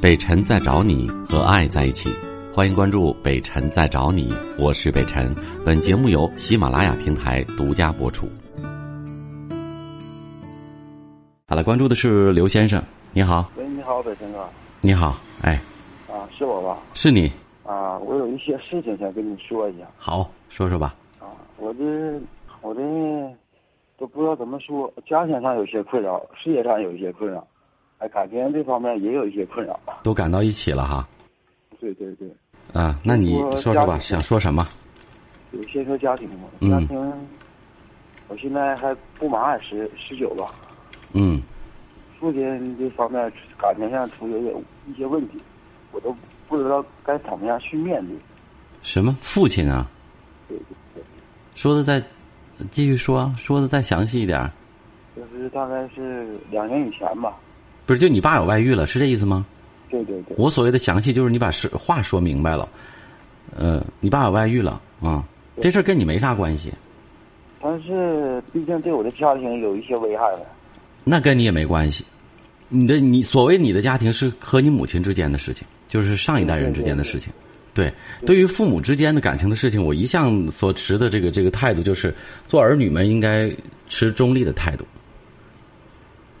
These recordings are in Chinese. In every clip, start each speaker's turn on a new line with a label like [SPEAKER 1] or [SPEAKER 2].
[SPEAKER 1] 北辰在找你和爱在一起，欢迎关注北辰在找你，我是北辰。本节目由喜马拉雅平台独家播出。好了，关注的是刘先生，你好，
[SPEAKER 2] 喂，你好，北辰哥，
[SPEAKER 1] 你好，哎，
[SPEAKER 2] 啊，是我吧？
[SPEAKER 1] 是你
[SPEAKER 2] 啊，我有一些事情想跟你说一下
[SPEAKER 1] 好，说说吧，
[SPEAKER 2] 啊，我这我这都不知道怎么说，家庭上有些困扰，事业上有一些困扰，哎，感情这方面也有一些困扰。
[SPEAKER 1] 都赶到一起了哈，
[SPEAKER 2] 对对对，
[SPEAKER 1] 啊，那你
[SPEAKER 2] 我
[SPEAKER 1] 说说
[SPEAKER 2] 家
[SPEAKER 1] 吧，
[SPEAKER 2] 里
[SPEAKER 1] 想说什么？
[SPEAKER 2] 有先说家庭吧，
[SPEAKER 1] 嗯
[SPEAKER 2] 家庭，我现在还不满二十十九吧，
[SPEAKER 1] 嗯
[SPEAKER 2] 父亲这方面感情上出现一些问题，我都不知道该怎么样去面对。
[SPEAKER 1] 什么父亲啊？
[SPEAKER 2] 对对对。
[SPEAKER 1] 说的再继续说，啊说的再详细一点儿。
[SPEAKER 2] 就是大概是两年以前吧，
[SPEAKER 1] 不是，就你爸有外遇了，是这意思吗？
[SPEAKER 2] 对对对，
[SPEAKER 1] 我所谓的详细，就是你把实话说明白了。呃，你爸有外遇了啊，这事儿跟你没啥关系，
[SPEAKER 2] 但是毕竟对我的家庭有一些危害了。
[SPEAKER 1] 那跟你也没关系。你的你所谓你的家庭是和你母亲之间的事情，就是上一代人之间的事情。对，对于父母之间的感情的事情，我一向所持的这个这个态度就是，做儿女们应该持中立的态度。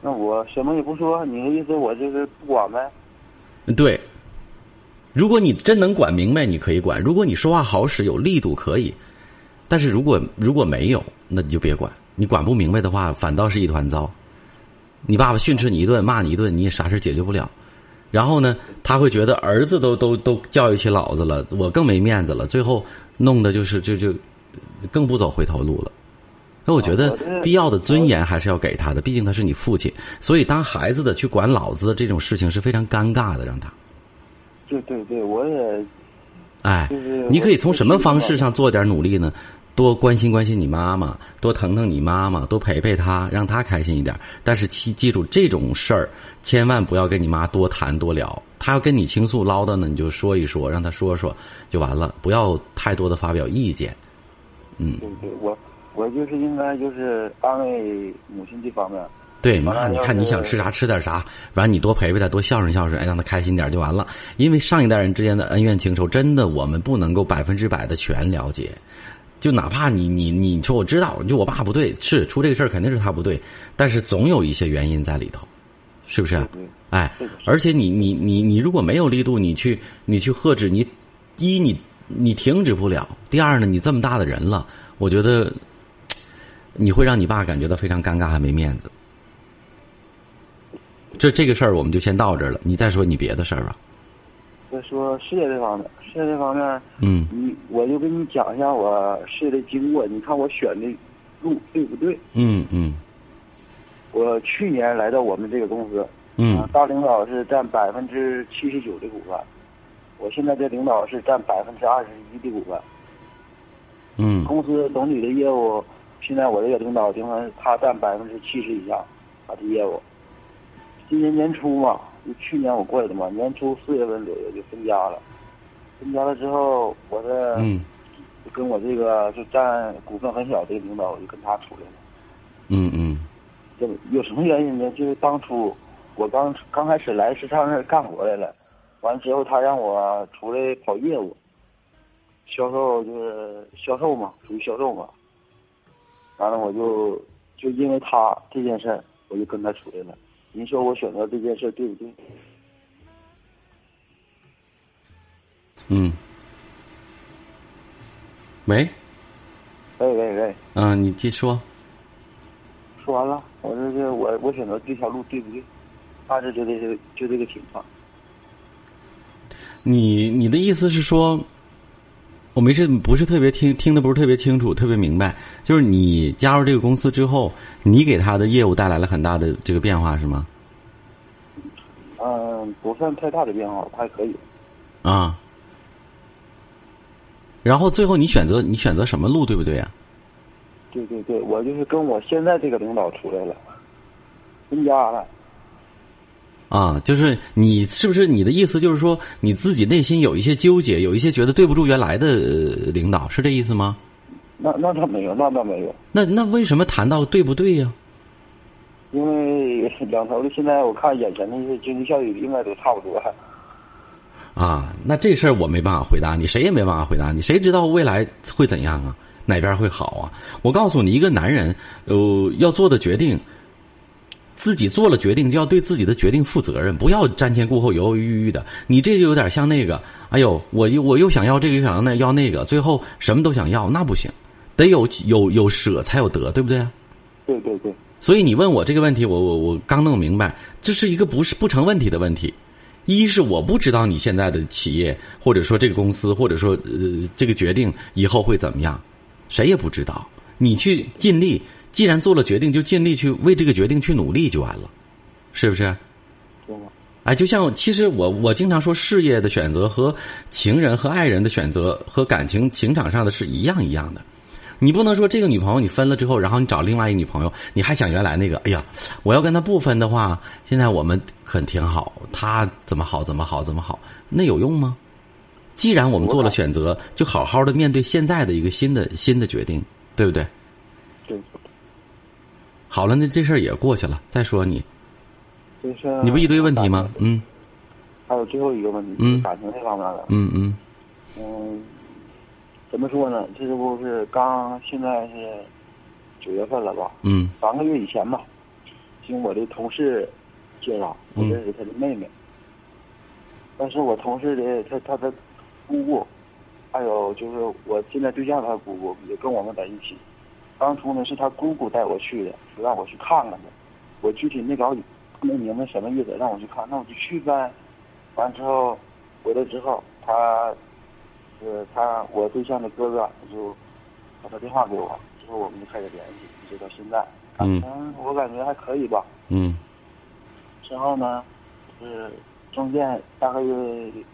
[SPEAKER 2] 那我什么也不说，你的意思我就是不管呗？
[SPEAKER 1] 对，如果你真能管明白，你可以管；如果你说话好使、有力度，可以。但是如果如果没有，那你就别管。你管不明白的话，反倒是一团糟。你爸爸训斥你一顿，骂你一顿，你也啥事解决不了。然后呢，他会觉得儿子都都都教育起老子了，我更没面子了。最后弄的就是就就更不走回头路了。那啊我觉得
[SPEAKER 2] 我是
[SPEAKER 1] 必要的尊严还是要给他的，毕竟他是你父亲。所以当孩子的去管老子的这种事情是非常尴尬的，让他。
[SPEAKER 2] 对对对，我也
[SPEAKER 1] 哎
[SPEAKER 2] 就是，
[SPEAKER 1] 你可以从什么方式上做点努力呢？多关心关心你妈妈，多疼疼你妈妈，多陪陪她，让她开心一点。但是记记住这种事儿，千万不要跟你妈多谈多聊。她要跟你倾诉唠叨呢，你就说一说，让她说说就完了，不要太多的发表意见。嗯，
[SPEAKER 2] 对对，我我就是应该就是安慰母亲这方面。
[SPEAKER 1] 啊对，
[SPEAKER 2] 完
[SPEAKER 1] 妈，
[SPEAKER 2] 了
[SPEAKER 1] 你
[SPEAKER 2] 要
[SPEAKER 1] 看你
[SPEAKER 2] 是
[SPEAKER 1] 想吃啥吃点啥，完了你多陪陪她，多孝顺孝顺，哎，让她开心点就完了。因为上一代人之间的恩怨情仇，真的我们不能够百分之百的全了解。就哪怕你你你说我知道，就我爸不对，是出这个事儿肯定是他不对，但是总有一些原因在里头，是不是？
[SPEAKER 2] 对对
[SPEAKER 1] 哎
[SPEAKER 2] 是的是，的
[SPEAKER 1] 而且你你你你如果没有力度，你去你去喝止，你一你你停止不了，第二呢，你这么大的人了，我觉得你会让你爸感觉到非常尴尬，还没面子。这这个事儿我们就先到这儿了，你再说你别的事儿吧。
[SPEAKER 2] 再说事业这方面，事业这方面，
[SPEAKER 1] 嗯，
[SPEAKER 2] 你我就跟你讲一下我事业的经过，你看我选的路对不对？
[SPEAKER 1] 嗯嗯
[SPEAKER 2] 我去年来到我们这个公司，啊
[SPEAKER 1] 嗯，
[SPEAKER 2] 大领导是占百分之七十九的股份，我现在这领导是占百分之二十一的股份。
[SPEAKER 1] 嗯
[SPEAKER 2] 公司总体的业务，现在我这个领导顶分他占百分之七十以上，他的业务。今年年初嘛，就去年我过来的嘛，年初四月份左右就分家了。分家了之后，我这
[SPEAKER 1] 嗯
[SPEAKER 2] 跟我这个就占股份很小的领导，我就跟他处来了。
[SPEAKER 1] 嗯嗯
[SPEAKER 2] 这有什么原因呢？就是当初我刚刚开始来是上那儿干活来了，完之后他让我出来跑业务，销售就是销售嘛，属于销售嘛。完了我就就因为他这件事儿，我就跟他出来了。您说我选择这件事儿对不对？
[SPEAKER 1] 嗯。喂，
[SPEAKER 2] 喂喂喂，
[SPEAKER 1] 嗯、你接说。
[SPEAKER 2] 说完了，我这个我我选择这条路对不对？大致就这个就这个情况。
[SPEAKER 1] 你你的意思是说，我没事，不是特别听听的不是特别清楚，特别明白。就是你加入这个公司之后，你给他的业务带来了很大的这个变化，是吗？
[SPEAKER 2] 嗯，不算太大的变化，还可以。
[SPEAKER 1] 啊。然后最后你选择你选择什么路，对不对啊？
[SPEAKER 2] 对对对，我就是跟我现在这个领导出来了，分家了。
[SPEAKER 1] 啊，就是你是不是你的意思就是说你自己内心有一些纠结，有一些觉得对不住原来的呃领导，是这意思吗？
[SPEAKER 2] 那那倒没有，那倒没有，
[SPEAKER 1] 那那为什么谈到对不对呀、
[SPEAKER 2] 因为两头的现在我看眼前的这经济效益应该都差不多。啊
[SPEAKER 1] 啊，那这事儿我没办法回答你，谁也没办法回答你，谁知道未来会怎样啊？哪边会好啊？我告诉你，一个男人，呃，要做的决定，自己做了决定就要对自己的决定负责任，不要瞻前顾后、犹犹豫豫的。你这就有点像那个，哎呦，我又我又想要这个，又想要那，要那个，最后什么都想要，那不行，得有有有舍才有得，对不对啊？
[SPEAKER 2] 对对对，
[SPEAKER 1] 所以你问我这个问题，我我我刚弄明白，这是一个不是不成问题的问题。一是我不知道你现在的企业，或者说这个公司，或者说呃这个决定以后会怎么样，谁也不知道。你去尽力，既然做了决定，就尽力去为这个决定去努力就完了，是不是？
[SPEAKER 2] 对吗？
[SPEAKER 1] 哎，就像其实我我经常说，事业的选择和情人和爱人的选择和感情情场上的是一样一样的。你不能说这个女朋友你分了之后，然后你找另外一个女朋友，你还想原来那个？哎呀，我要跟她不分的话，现在我们很挺好，她怎么好怎么好怎么好，那有用吗？既然我们做了选择，就好好的面对现在的一个新的新的决定，对不对？
[SPEAKER 2] 对，
[SPEAKER 1] 好了，那这事儿也过去了。再说你，
[SPEAKER 2] 这事儿
[SPEAKER 1] 你不一堆问题吗？嗯
[SPEAKER 2] 还有最后一个问题，
[SPEAKER 1] 嗯
[SPEAKER 2] 就是感情这方面的，
[SPEAKER 1] 嗯嗯
[SPEAKER 2] 嗯，怎么说呢？这不是刚现在是九月份了吧？
[SPEAKER 1] 嗯
[SPEAKER 2] 三个月以前吧，经我的同事介绍，我
[SPEAKER 1] 嗯
[SPEAKER 2] 认识他的妹妹。但是我同事的他他的姑姑，还有就是我现在对象他姑姑也跟我们在一起。当初呢是他姑姑带我去的，说让我去看看去。我具体没搞没明白什么意思，让我去看，那我就去呗。完之后回来之后，他是他我对象的哥哥就把他电话给我，之后我们就开始联系，一直到现在。
[SPEAKER 1] 嗯
[SPEAKER 2] 嗯，我感觉还可以吧。
[SPEAKER 1] 嗯
[SPEAKER 2] 之后呢，就是中间大概有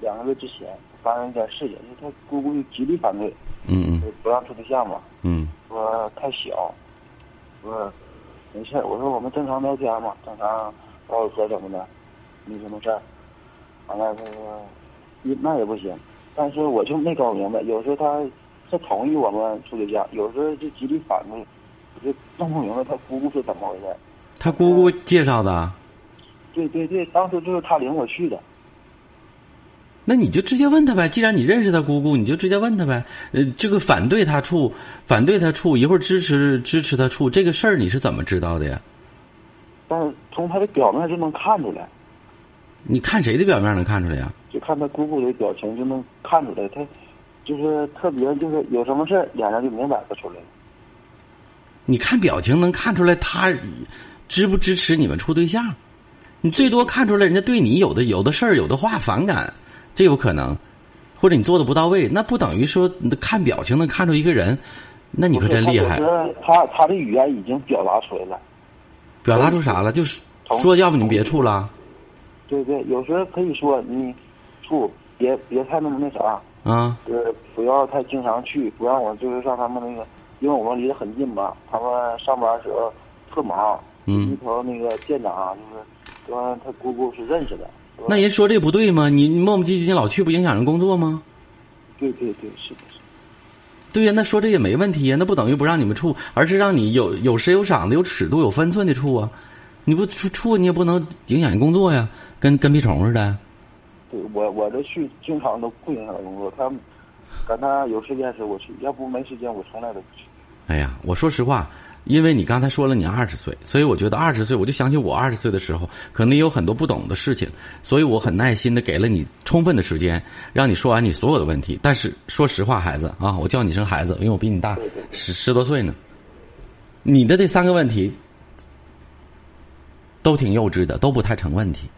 [SPEAKER 2] 两个月之前发生一点事情，就他姑姑就极力反对，
[SPEAKER 1] 嗯
[SPEAKER 2] 就不让处对象嘛，
[SPEAKER 1] 嗯
[SPEAKER 2] 说太小，说没事儿我说我们正常聊天嘛，正常唠嗑怎么的，没什么事儿。完了他说，你那也不行，但是我就没搞明白，有时候他他同意我们处对象，有时候就极力反对，我就弄不明白他姑姑是怎么回事儿。
[SPEAKER 1] 他姑姑介绍的啊，
[SPEAKER 2] 对对对，当初就是他领我去的。
[SPEAKER 1] 那你就直接问他呗。既然你认识他姑姑，你就直接问他呗。呃，这个反对他处，反对他处，一会儿支持支持他处，这个事儿你是怎么知道的呀？
[SPEAKER 2] 但是从他的表面就能看出来，
[SPEAKER 1] 你看谁的表面能看出来呀？
[SPEAKER 2] 就看他姑姑的表情就能看出来，他就是特别就是有什么事儿脸上就明摆着出来了。
[SPEAKER 1] 你看表情能看出来他支不支持你们处对象？你最多看出来人家对你有的有的事儿有的话反感，这有可能，或者你做的不到位，那不等于说你看表情能看出一个人？那你可真厉害
[SPEAKER 2] 我，觉得他他的语言已经表达出来了。
[SPEAKER 1] 表达出啥了？就是
[SPEAKER 2] 同
[SPEAKER 1] 说，要不你别处了
[SPEAKER 2] 对对，有时候可以说你处别别太那么那啥，
[SPEAKER 1] 啊。
[SPEAKER 2] 就是不要太经常去，不让我就是上他们那个，因为我们离得很近嘛，他们上班的时候特忙。
[SPEAKER 1] 嗯
[SPEAKER 2] 一头那个店长就是说他姑姑是认识的。说
[SPEAKER 1] 那人说这不对吗？你你磨磨唧唧你老去，不影响人工作吗？
[SPEAKER 2] 对对对，是的，是的
[SPEAKER 1] 对呀，那说这也没问题呀，那不等于不让你们处，而是让你有有时有赏的、有尺度、有分寸的处啊。你不处处，你也不能影响人工作呀，跟跟屁虫似的。
[SPEAKER 2] 对我我这去经常都不影响工作，他赶他有时间时我去，要不没时间我从来都不去。
[SPEAKER 1] 哎呀，我说实话，因为你刚才说了你二十岁，所以我觉得二十岁，我就想起我二十岁的时候，可能也有很多不懂的事情，所以我很耐心的给了你充分的时间，让你说完你所有的问题。但是说实话，孩子啊，我叫你一声孩子，因为我比你大
[SPEAKER 2] 对对对
[SPEAKER 1] 十十多岁呢。你的这三个问题都挺幼稚的，都不太成问题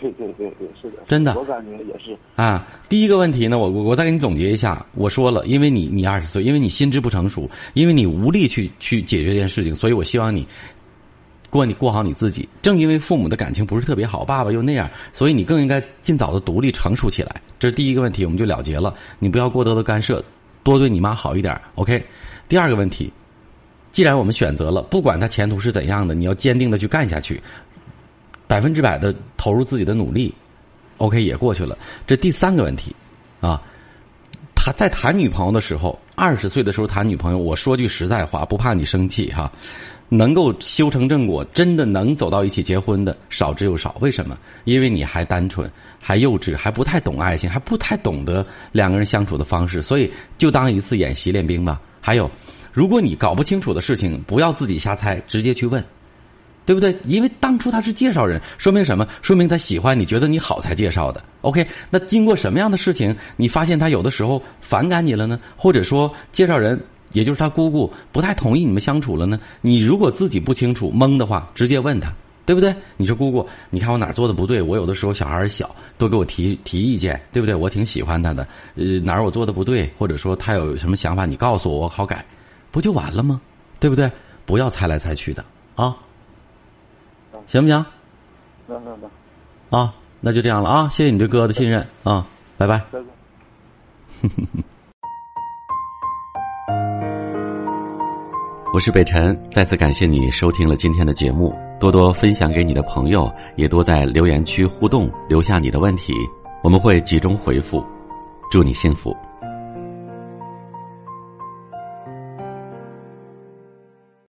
[SPEAKER 2] 对对对对，是的，
[SPEAKER 1] 真的
[SPEAKER 2] 我感觉也是，
[SPEAKER 1] 啊。第一个问题呢，我我我再给你总结一下，我说了，因为你你二十岁，因为你心智不成熟，因为你无力去去解决这件事情，所以我希望你过你过好你自己。正因为父母的感情不是特别好，爸爸又那样，所以你更应该尽早的独立成熟起来。这是第一个问题，我们就了结了。你不要过多的干涉，多对你妈好一点。OK。第二个问题，既然我们选择了，不管他前途是怎样的，你要坚定的去干下去，百分之百的投入自己的努力。OK，也过去了。这第三个问题啊，谈在谈女朋友的时候，二十岁的时候谈女朋友，我说句实在话，不怕你生气哈、能够修成正果，真的能走到一起结婚的少之又少。为什么？因为你还单纯，还幼稚，还不太懂爱情，还不太懂得两个人相处的方式，所以就当一次演习练兵吧。还有，如果你搞不清楚的事情，不要自己瞎猜，直接去问。对不对？因为当初他是介绍人，说明什么？说明他喜欢你，觉得你好才介绍的。OK，那经过什么样的事情，你发现他有的时候反感你了呢？或者说介绍人，也就是他姑姑不太同意你们相处了呢？你如果自己不清楚懵的话，直接问他，对不对？你说姑姑，你看我哪儿做的不对？我有的时候小孩儿小，多给我提提意见，对不对？我挺喜欢他的，呃，哪儿我做的不对，或者说他有什么想法，你告诉我，我好改，不就完了吗？对不对？不要猜来猜去的啊。行不行
[SPEAKER 2] 那那那，
[SPEAKER 1] 啊？那就这样了啊！谢谢你对哥哥的信任啊，拜拜。
[SPEAKER 2] 再见。
[SPEAKER 1] 我是北辰，再次感谢你收听了今天的节目，多多分享给你的朋友，也多在留言区互动，留下你的问题，我们会集中回复。祝你幸福。